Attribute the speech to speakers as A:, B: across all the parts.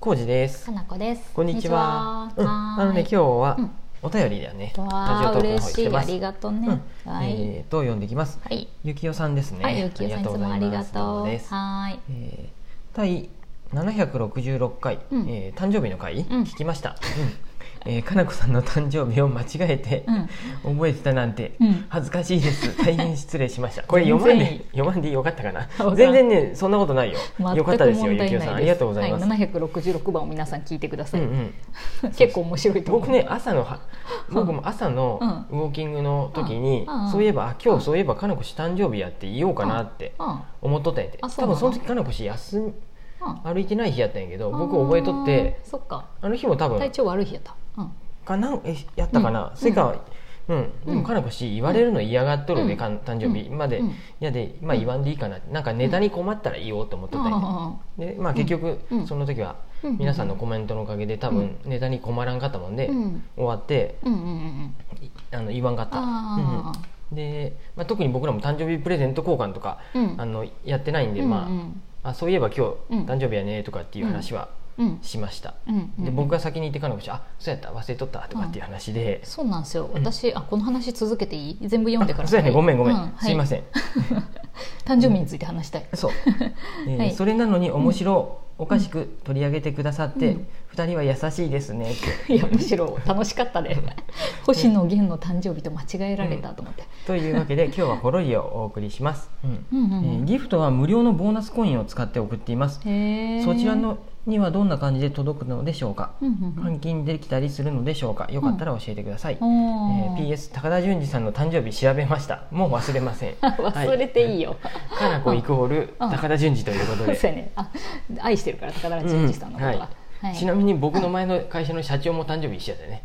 A: コウジです
B: か。なこです。
A: こんにちは。
B: こん
A: うん、
B: にち
A: あのね、今
B: は
A: 日は
B: ーいうん
A: お便りだよね。ラジ
B: わ
A: オ
B: あ
A: トークの
B: 嬉
A: 方
B: し
A: して
B: い、
A: ま
B: あ
A: す。
B: りがとうね。
A: うん、
B: はい、
A: えーと読んできます。
B: はい、
A: ゆきよさんですね。
B: はい、ゆきよさんいつも
A: あ
B: ありがとう。
A: りがとうございます
B: は
A: えー第766回、
B: うん
A: えー誕生日の回、
B: ん
A: 聞きました。うんえー、かなこさんの誕生日を間違えて
B: ーい、うん、
A: 覚えてたなんて
B: うん
A: 恥ずかしいです、大変失礼しましたこれ読まん
B: 全然い
A: で
B: い
A: 読まんでよかったかな
B: からん
A: 全然ねそんなことないよ
B: 全く
A: よかったですよ
B: 問
A: ゆ
B: 題
A: き
B: な
A: よ
B: いで
A: さ
B: す
A: んありがとうございます、
B: はい、766番を皆さん聞いてくださ
A: う
B: い。
A: んうん、
B: 結構面白いと思う。
A: 僕ね朝のは僕も朝のウォーキングの時に、
B: うんうん
A: そういえばあ今日そういえばかなこ氏誕生日やって言おうかなって
B: うん、うん、
A: 思っとったんやて
B: あそ
A: 多
B: うなの
A: 分その時かなこ氏休み歩いてない日やったんやけど僕覚えとっ
B: あ
A: て
B: ー。そっか、
A: あの日も多
B: 体
A: 分
B: 調悪い日やった。うん、
A: かなんえやったかな、
B: うん
A: それかうん、で
B: うん
A: もかなこ氏言われるの嫌がっとるで、
B: うん
A: かん誕生日まで、
B: うん
A: いやで、まあ、言わんでいいかなってなんかネタに困ったら言おうと思っとったんや、でまあ、結局、
B: うん
A: その時は
B: うん
A: 皆さんのコメントのおかげで多分ネタに困らんかったもんで、
B: うん、うん、
A: 終わって
B: うん、うん、うん、
A: いあの言わんかった、
B: あ
A: うんでまあ、特に僕らも誕生日プレゼント交換とか、
B: ーうん、
A: あのやってないんで、まあ
B: うん、
A: あそういえば今日
B: うん
A: 誕生日やねとかっていう話は
B: うん、
A: しました、
B: うん、うん
A: で僕が先に行ってかなこしあそうやった忘れとったとかっていう話で、
B: そうなんですよ。
A: うん
B: 私、あこの話続けていい？全部読んでから。
A: あそうやねごめんごめん、
B: うは
A: すいま せん
B: 誕生日について話したい。
A: そう、えー
B: はい
A: それなのに面白、おかしく取り上げてくださって、
B: うん
A: 二人は優しいです ねって
B: いやむしろ楽しかったで、星野源の誕生日と間違えられたと思って。
A: というわけで今日はほろりをお送りします、うん
B: うんうん
A: えー
B: うん
A: ギフトは無料のボーナスコインを使って送っています
B: へー
A: そちらのにはどんな感じで届くのでしょうか
B: うんうん
A: 換金できたりするのでしょうかよかったら教えてください、
B: う
A: え
B: ん。
A: ー
B: おー
A: PS 高田純次さんの誕生日調べましたもう忘れません
B: 忘れていい
A: よ、
B: よ。
A: はい、かなこイコール
B: うん
A: 高田純次ということで
B: そうやね。あ愛してるから 高田純次さんのこ
A: う
B: と
A: んは
B: は。はい
A: ちなみに僕の前の会社の社長も誕生日一緒やったね、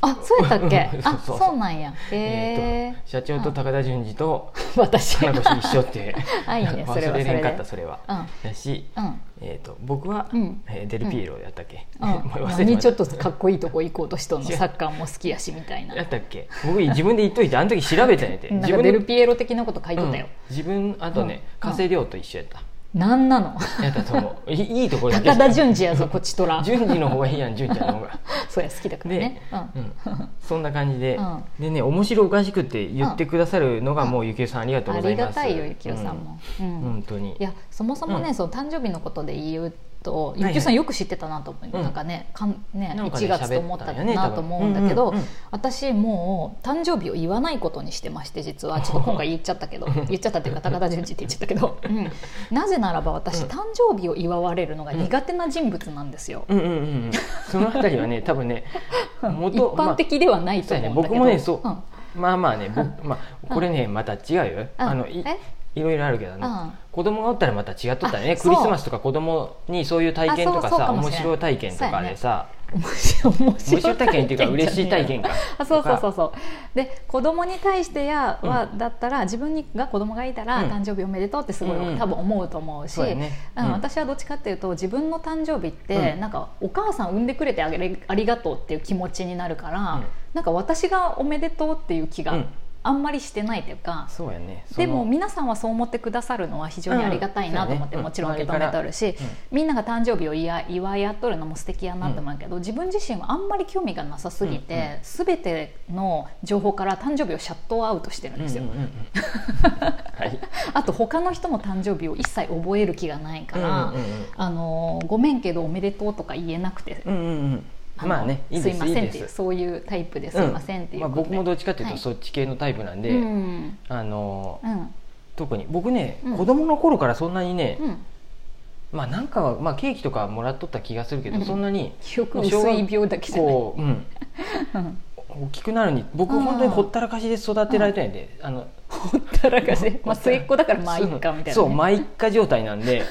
B: あそうやったっけ
A: そう？そう
B: あ
A: そう
B: そうなんや。へ
A: え
B: え
A: ーと。社長と高田純次と
B: 私。
A: 花子氏一緒って
B: あい いねそれは
A: 忘れれんかった
B: そ
A: それは
B: うん
A: だし、
B: うん。
A: えー、と僕は、
B: うん
A: えーデルピエロやったっけ、
B: う
A: も
B: ん、
A: う忘れて
B: 何
A: ま
B: ち
A: し
B: ょっとかっこいいとこ行こうとしとんの
A: 違う
B: サッカーも好きやしみたいな
A: やったっけ僕自分で言っといてあの時調べたんやて
B: なん
A: 自
B: か
A: 分
B: デルピエロ的なこと書いとったよ、
A: うん自分あとね、
B: うん
A: 加瀬亮と一緒やった、
B: なんなの
A: やったと思う いいいところだけ
B: 高田純次やぞこっちと ら
A: 純次の方がいいやん純ちゃんの方が
B: そうや好きだから
A: で、
B: ねう
A: うんんそんな感じで、
B: うん
A: でね面白おかしくって言ってくださるのが、
B: うん
A: もうゆきよさんありがとう
B: あ
A: ござ
B: り
A: います
B: がたいよゆきおさん、も、う
A: うんん本当に
B: いやそもそもね、
A: うん
B: その誕生日のことで言うと
A: いは
B: ゆ
A: い
B: きおさんよく知ってたなと思う、
A: うん
B: なんかねかんね
A: なんかね
B: 1月と思った
A: 喋ったよね
B: なと思うんだけど、
A: 多分うんうんうん
B: 私もう誕生日を言わないことにしてま して実はちょっと今回言っちゃったけど言っちゃったっていうか高田純次って言っちゃった けど、うんなぜならば私、
A: うん
B: 誕生日を祝われるのが苦手な人物なんですよ、
A: うんうんうんうんそのあたりはね多分ね
B: 一般的ではないと思うんだけど、
A: そうやね僕もねそうんまあ、まあまあね僕、まあ、これねまた違うよ、
B: うん
A: あのい
B: え
A: いろいろあるけどね、
B: うん
A: 子供がおったらまた違っとったよね
B: あ
A: ク
B: そう
A: リスマスとか子供にそういう体験とか
B: あそうそう
A: さ
B: かもし
A: 面
B: れん
A: 白い体験とかでさ、
B: 面白い面
A: 面白い体験っていうか
B: じゃねえ
A: 嬉しい体験か
B: あそうそ
A: と
B: うそ
A: か
B: うそうで子供に対してや
A: うん
B: は、だったら自分にが子供がいたら、
A: うん
B: 誕生日おめでとうってすごい、
A: うんうん
B: 多分思うと思うし
A: そうやね
B: うん
A: うん
B: 私はどっちかっていうと自分の誕生日って、
A: うん
B: なんかお母さん産んでくれてあげれありがとうっていう気持ちになるから、
A: うん
B: なんか私がおめでとうっていう気
A: う
B: が
A: ん
B: あんまりしてないというか、
A: そうやねその
B: でも皆さんはそう思ってくださるのは非常にありがたいなと思って、
A: うん
B: もちろん
A: そう
B: 受
A: やね
B: け止めておるし、
A: から
B: みんなが誕生日を祝い祝い合っとるのも素敵やなと思うけど、自分自身はあんまり興味がなさすぎて、すべ全ての情報から誕生日をシャットアウトしてるんですよ、
A: うんうんうんうんはい
B: あと他の人の誕生日を一切覚える気がないから、
A: うんうんうんうん
B: あのーごめんけどおめでとうとか言えなくて、
A: うんうんうん
B: の
A: まあねいい
B: す
A: で
B: い
A: す
B: ま
A: いい
B: せん
A: で
B: っていう
A: す
B: そういうタイプですいませんっていう
A: まあ、
B: ことで、
A: 僕もどっちかっていうと
B: はい
A: そっち系のタイプなんで、
B: うん
A: あの
B: うん
A: 特に僕ね、
B: うん
A: 子供の頃からそんなにね、
B: うん、
A: まあなんかは、まあ、ケーキとかもらっとった気がするけど、
B: うん
A: そんなに
B: 記憶薄い病だけじゃない。
A: こう、うん、
B: うん
A: 大きくなるに僕
B: うん
A: 本当にほったらかしで育てられたんやで、あの
B: ほったらかしで、まあ、末っ子だからまあいいかみたいな、ね、
A: そうまあいっか状態なん で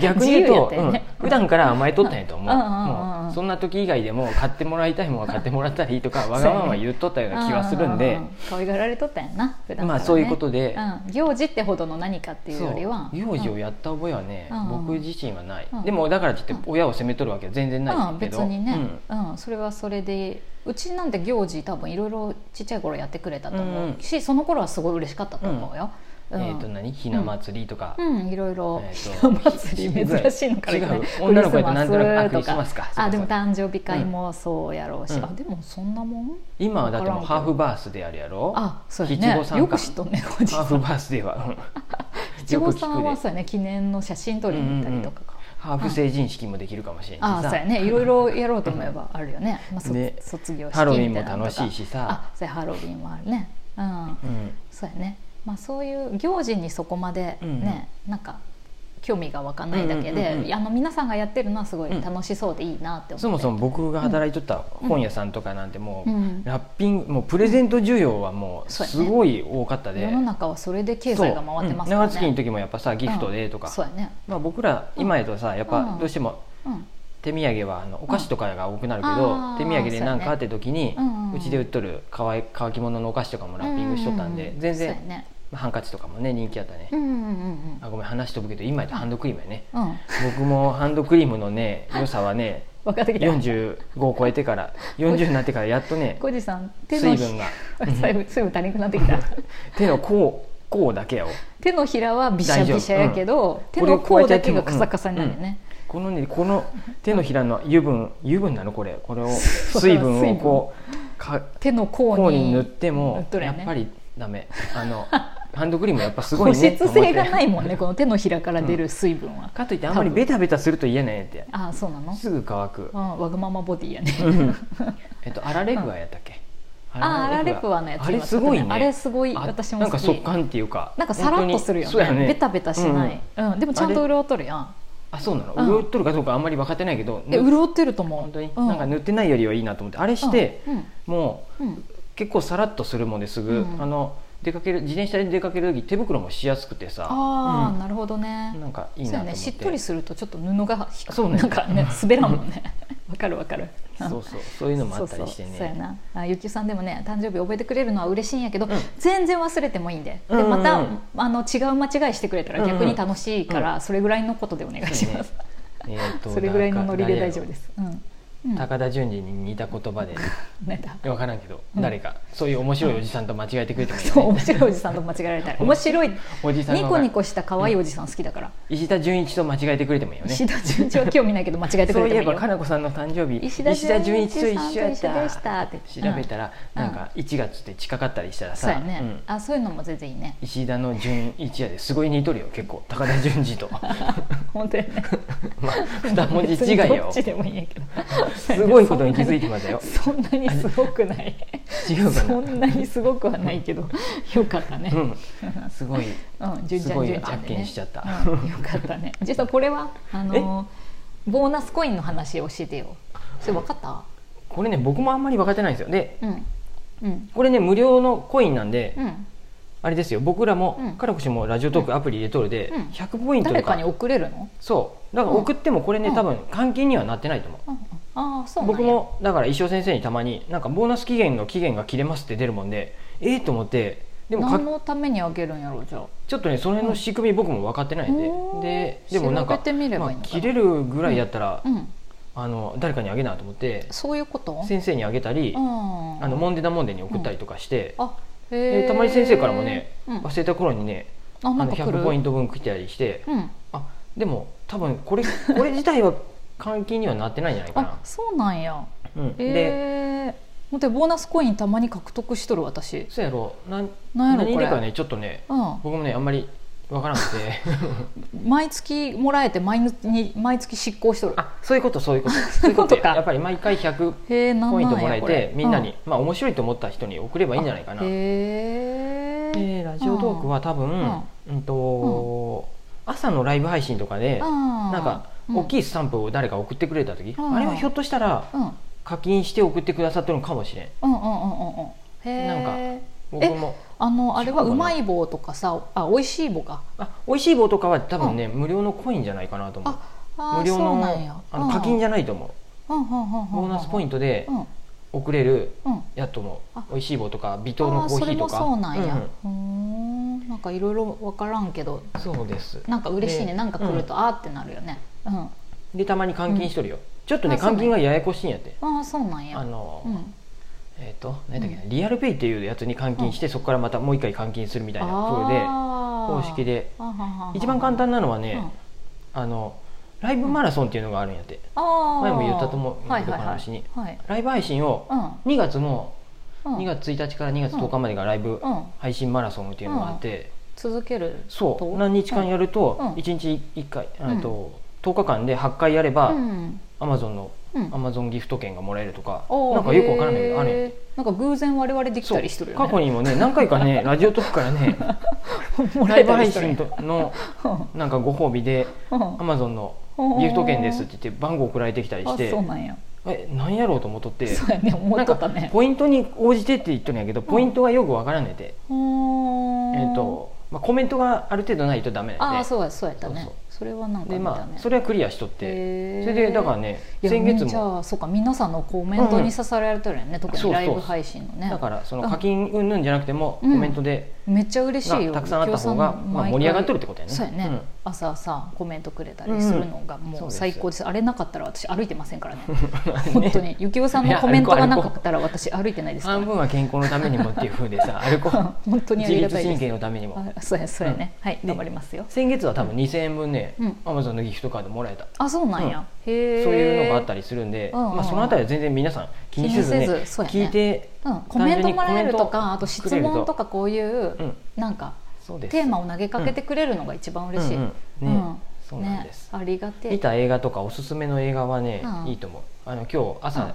A: 逆に言う
B: 自由やっ
A: と、
B: たよね
A: うん普段から甘えとったんやと思う,、
B: うんうんうんうん
A: もうそんな時以外でも買ってもらいたいものは買ってもらったらいいとかわがまま言っとったような気がするんで
B: ううう可愛がられとったんやな普段から、ね、
A: まあそういうことで
B: うん、行事ってほどの何かっていうよりは
A: そう幼児を
B: や
A: やった覚えはね、
B: うん
A: 僕自身はない、
B: うん
A: でもだからといって親を責めとるわけは全然ない
B: うん
A: んだけ
B: 別
A: ど、
B: にね
A: う、
B: うんそれはそれでうちなんて行事多分いろいろちっちゃい頃やってくれたと思うし、その頃はすごい嬉しかったと思うよ、うん
A: えっ、と何ひな祭りとか、
B: うん、いろいろ
A: え
B: ひ
A: ー
B: な
A: と
B: 祭り珍しいのからいくね
A: 違う
B: ク
A: 女
B: リ
A: の
B: ス
A: 子やとな
B: マ
A: んとなくあ
B: ス
A: ク
B: と
A: リスマ
B: か
A: スかそうか
B: あでも
A: そうか
B: 誕生日会もそうやろうし
A: うん
B: あでもそんなもん
A: 今はだってもう
B: わか
A: ハ
B: らんけ
A: ーフ
B: ど
A: バースデーあるやろ
B: あそう
A: 七
B: や
A: 五三
B: ね
A: か
B: よく知っとんねおじ
A: ハ
B: さ
A: ー
B: ん
A: フバースデー はうん
B: 七
A: よく
B: 五
A: 聞
B: 三
A: く
B: は
A: で
B: そうやね記念の写真撮りに行ったりとかか
A: ハーフ成人式もできるかもしれんし
B: あ
A: さ
B: そうやねいろいろやろうと思えばあるよねまあそ
A: ね
B: 卒業
A: ハロウ
B: 式
A: ィ
B: み
A: ンも
B: たいなの
A: 楽
B: とか
A: しいしさ
B: あそうやハロウィンもあるねうん
A: うん
B: そうやね、まあ、そういう行事にそこまでね、なんか興味が湧かないだけで、
A: うんうんうんうん
B: あの皆さんがやってるのはすごい楽しそうでいいなって思って、
A: そもそも僕が働いとった
B: うん
A: 本屋さんとかなんてもう、
B: うん
A: ラッピングもうプレゼント需要はもう
B: そうやね
A: すごい多かったで、
B: 世の中はそれで経済が回ってま
A: そううん
B: すからね、
A: 長月の時もやっぱさギフトでとか、
B: そうやね、
A: まあ、僕ら今やとさやっ
B: う
A: ぱ
B: ん
A: どうしても
B: うん、
A: 手土産はあのお菓子とかが多くなるけ
B: う
A: ど、
B: んあー
A: 手土産で何かあって時に
B: そうやねうんうん
A: うち、で売っとる乾い乾き物のお菓子とかもラッピングしとったんで、
B: ううう
A: 全
B: そうや
A: 然、
B: ね
A: まあハンカチとかもね人気やったね、
B: うんうんうん
A: あごめん話飛ぶけど今やとハンドクリームやね
B: うんうん
A: 僕もハンドクリームの ね良さはね
B: 分かってきた
A: 45を超えてから40になってからやっと ね
B: 小路さん手の
A: 水
B: ひ
A: 分が
B: 水分水分足りなくなってきた
A: 手の甲甲だけやを
B: 手のひらはびしゃびしゃやけど、手
A: これを
B: の
A: こうや
B: 甲
A: ってや
B: だ
A: っても
B: けがカサカサになるよね、
A: このねこの手のひらの油分油分なのこれこれを水分をこうか
B: 手の甲
A: 甲
B: に
A: に塗っても
B: 塗っとる
A: や
B: よね
A: っぱりダメあの ハンドクリームやっぱすご
B: 保
A: いね
B: 湿性がないいもんねこの手のひらから出る水分は、
A: かといってあんまりベタベタすると嫌なんやって
B: ああそうなの、
A: すぐ乾く
B: うん、わがままボディやね
A: うんえっとアラレフアやったっけ
B: ああラレプはのやつ
A: あれすごいね
B: あれすごい
A: あ
B: 私
A: な
B: も
A: んか
B: 好
A: 速
B: き
A: 乾っていうか
B: なんかさらっとするよ
A: 本当に
B: ね
A: そうやね
B: ベタベタしない、うんでもちゃんと潤っとるやん
A: あそうなの、
B: うん
A: 潤っとるかどうかあんまり分かってないけど
B: え
A: 塗っ
B: 潤ってると思う
A: 本当に、
B: う
A: なんか塗ってないよりはいいなと思ってあれして、
B: うん
A: もう
B: うん
A: 結構さらっとするもんですぐ、
B: うん
A: あの出かける自転車で出かける時手袋もしやすくてさ
B: ああ、
A: うん
B: なるほどね
A: なんかいいな
B: そ
A: と思
B: うや
A: って
B: ねしっとりするとちょっと布がひ
A: そうね
B: なんかね滑らんもんねわかるわかる
A: そうそうそういうのもあったりしてね
B: そうそうそうやなあゆきさんでもね誕生日覚えてくれるのは嬉しいんやけど、
A: ん
B: 全然忘れてもいいんでで
A: うんうんうん
B: また、あの違う間違いしてくれたら逆に楽しいから、それぐらいのことでお願いします、
A: そう ねえーと
B: それぐらいのノリで
A: なん
B: 大
A: か
B: 丈夫です、うんうん、
A: 高田純次に似た言葉で
B: なんだ
A: 分からんけど、
B: うん
A: 誰かそういう面白いおじさんと間違えてくれてもいい
B: そう
A: よ
B: 面
A: ね、
B: 白いおじさんと間違えられた ら面白い
A: おじさんの
B: ニ
A: 方
B: コ
A: が
B: ニコした可愛いおじさん好きだから、
A: 石田純一と間違えてくれても いいよね
B: 石田純一は興味ないけど間違えてく
A: そ
B: れ
A: うい
B: て
A: え
B: もい
A: ば
B: い
A: か
B: よ
A: なこさんの誕生日
B: 石田純一
A: 石田純一と一緒や
B: さんと一緒でしたって
A: 調べたら、
B: うん
A: なんか1月って近かったりしたら
B: そう
A: さ、
B: やね、
A: うん
B: あそういうのも全然い いね
A: 石田の純一やですごい似とるよ結構高田純次 とま
B: 本当や ね
A: あ二文字違い
B: 別にど
A: よ
B: っちでもいいんやけど
A: すごいことに気づいてましたよ
B: そんなにすごくない
A: 違うか
B: そ
A: なん
B: なにすごくはないけどよかったね、
A: うんすごい
B: うん、純ち
A: す
B: ゃん
A: ごい
B: 純ちゃんでね
A: 発見しちゃった
B: うんよかっ たね実はこれはあのボーナスコインの話教えてよそれ分かった
A: これね僕もあんまり分かってないんですよで
B: うんうん
A: これね無料のコインなんで、
B: うん
A: あれですよ僕らも、
B: うん
A: カラコ氏もラジオトークアプリ入れとるで、
B: うん
A: 100ポイント
B: 誰
A: と
B: か
A: か
B: に送れるの
A: そうだから送ってもこれね、
B: うん
A: 多分換金にはなってないと思う
B: うんうんああそうなんや
A: 僕もだから石尾先生にたまになんかボーナス期限の期限が切れますって出るもんでええと思ってでもか
B: 何のためにあげるんやろうじゃあ
A: ちょっとねその辺の仕組み僕も分かってないんで、
B: うん
A: ででもなんか
B: 調べてみればいいのかな
A: まあ切れるぐらいやったら、
B: うん
A: あの誰かにあげなと思って
B: そういうこと
A: 先生にあげたり、
B: うん
A: あのモンデダモンデに送ったりとかして、
B: あ
A: で
B: へえ
A: たまに先生からもね、
B: うん
A: 忘れた頃にね
B: あ
A: あ
B: なん
A: の
B: か来る
A: 100ポイント分来たりして、
B: うん
A: あでも多分これこれ自体は換金にはなってないんじゃないか
B: あ
A: な。
B: そうなんや
A: うん、で
B: へえ待ってボーナスコインたまに獲得しとる私
A: そうやろなん
B: なんやろ
A: 何
B: こ
A: で
B: れ
A: かねちょっとね
B: うん
A: 僕もねあんまりわからなくて
B: 毎月もらえて毎日毎月執行しとる
A: あそういうことそういうこと
B: そういうことか
A: やっぱり毎回100
B: へえなん
A: ポイン
B: な
A: ト
B: ん
A: もら
B: や
A: え
B: こ
A: て
B: れ
A: みんなに、まあ面白いと思った人に送ればいいんじゃないかな
B: へ
A: で
B: え
A: ラジオトークは多分、うんと朝のライブ配信とかで、な
B: なん
A: か大きいスタンプを誰か送ってくれた時、
B: うん
A: あれはひょっとしたら
B: うんうん
A: 課金して送ってくださってるのかもしれん
B: うんうんうんうんへえ
A: 僕も
B: あのあれは
A: 違うかな
B: うまい棒とかさあ美味しい棒か
A: あ美味しい棒とかは多分ね、無料のコインじゃないかなと思う
B: ああ
A: 無料
B: そうなんや
A: のあの課金じ
B: ゃ
A: ゃないと思う
B: ボ
A: ボー
B: ー
A: ナスポイン
B: ト
A: トで
B: うん
A: 送れる
B: うん
A: やとも
B: あ
A: 美味しい棒とか微糖
B: あ
A: の
B: ー
A: コー
B: そ
A: ヒ
B: れ
A: ーと
B: も
A: か
B: そうなんや
A: う
B: ふーんなんかいろいろ分からんけど
A: んそうです
B: なんか嬉しい
A: で
B: ねなんか来るとあーってなるよねうんあ
A: でたまに換金しとるよ、ちょっとね
B: あそうな
A: 換
B: んや
A: 金がややこしいんやって
B: あーそうなんや
A: あの、
B: うん
A: えっ、と何だっけな、リアルペイっていうやつに換金して、そこからまたもう一回換金するみたいな風で方式
B: で
A: で一番簡単なのはね、
B: うん
A: あのライブマラソンっていうのがあるんやって、前
B: 前
A: も言ったと思う
B: はいは
A: こ
B: い
A: の話に
B: はい
A: ライブ配信を
B: は
A: 2月の
B: いうんうん
A: 2月1日から2月10日までがライブ
B: うん
A: 配信マラソンっていうのがあって、
B: 続ける
A: そう何日間やると
B: うん
A: 1日1回、
B: ん
A: えっと10日間で8回やれば、
B: うん
A: アマゾンの
B: うん
A: アマゾンギフト券がもらえるとか、
B: おー
A: なんかよくわからないけ
B: へ
A: ど
B: ー
A: あるんやって
B: なんか偶然我々できたりしとるよね
A: 過去にも ね何回かねラジオトークからね
B: もら
A: ライ
B: え
A: ブ
B: たり
A: 配
B: しと
A: 信
B: るよね
A: とのなんかご褒美で
B: うん
A: アマゾンの
B: うん
A: ギフト券ですって言って番号送られてきたりし
B: あ
A: て
B: そうなんや
A: え何やろうと思っとって
B: そうやね思
A: な
B: っ
A: ん
B: と
A: か
B: ったね
A: ポイントに応じてって言っとるんやけどポイントがよくわからんねて、え
B: え
A: っとまあ、コメントがある程度ないとダメなん
B: ああ
A: で
B: そうやそうやったね
A: そう
B: それはなんか
A: で
B: 見た
A: ま
B: ね
A: あそれはクリアしとってそ
B: へー
A: れでだからね
B: いや
A: 先月
B: じ
A: も
B: ゃあそうか皆さんのコメントに刺されてるよね、特
A: そうそう
B: にライブ配信のね
A: だからその課金うんぬんじゃなくてもコ
B: うん
A: メントで
B: めっちゃ嬉しいよ
A: がたくさんあった方が
B: お客さん
A: まあ
B: 毎回
A: 盛り上がっとるってことやね
B: そうやね、
A: うん
B: 朝さコメントくれたりするのが
A: うんそ
B: も
A: う
B: う
A: です
B: 最高です,、あれなかったら私歩いてませんから ね本当にゆきおさん
A: い
B: の
A: や
B: コメントがなかったら私歩いてないですから
A: 半分は健康のためにもっていうふうで さ歩こう
B: 本当にあ
A: 自
B: りが
A: 律
B: たい
A: 神
B: です
A: 経のためにも
B: あそうやそうやね、はい
A: で
B: 頑張りますよ
A: 先月は多分2000円分ね
B: うん
A: アマゾンのギフトカードもらえた
B: あそうなんや、へえ
A: そういうのがあった
B: り、
A: りするんで、
B: うんうんうん
A: まあ、そのあたりは全然皆さん気にせずね
B: 気にせずそうやね
A: 聞いて
B: うん、コメントもらえる
A: 単純にコ
B: と
A: メント
B: かあと質問とかこういう、
A: うん
B: なんか
A: そうです
B: テーマを投げかけてくれるのが一番嬉しい、
A: うんうんね、
B: うん
A: そうなんです、
B: ね、ありがてえ
A: 見た映画とかおすすめの映画はね、
B: うん
A: いいと思うあの今日朝、
B: うん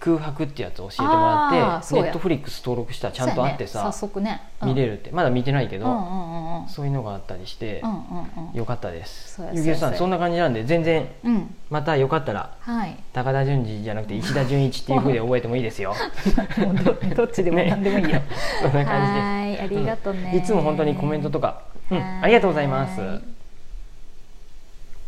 A: 空白ってやつ教えてもらって
B: あーそうや
A: ネットフリックス登録したらちゃんとあって
B: そうや
A: さ、
B: ね早速ね、
A: 見れ
B: る
A: るってまだ見てないけ
B: け
A: ど、
B: うんうんうんうん
A: そういうのがあったりして、
B: うんうん
A: よかったです
B: そうや
A: ゆきお
B: そう
A: さん
B: や
A: そんな感じなんで全然
B: うんうん
A: またよかったら
B: はい
A: 高田純次じゃなくて石田純一っていうふうで覚えてもいいですよ
B: もう どどっちで も
A: ね
B: 何でもいいよ、
A: そんな感じです
B: はいありがとうね、
A: いつも本当にコメントとか、うん、
B: はい
A: ありがとうございます。
B: はい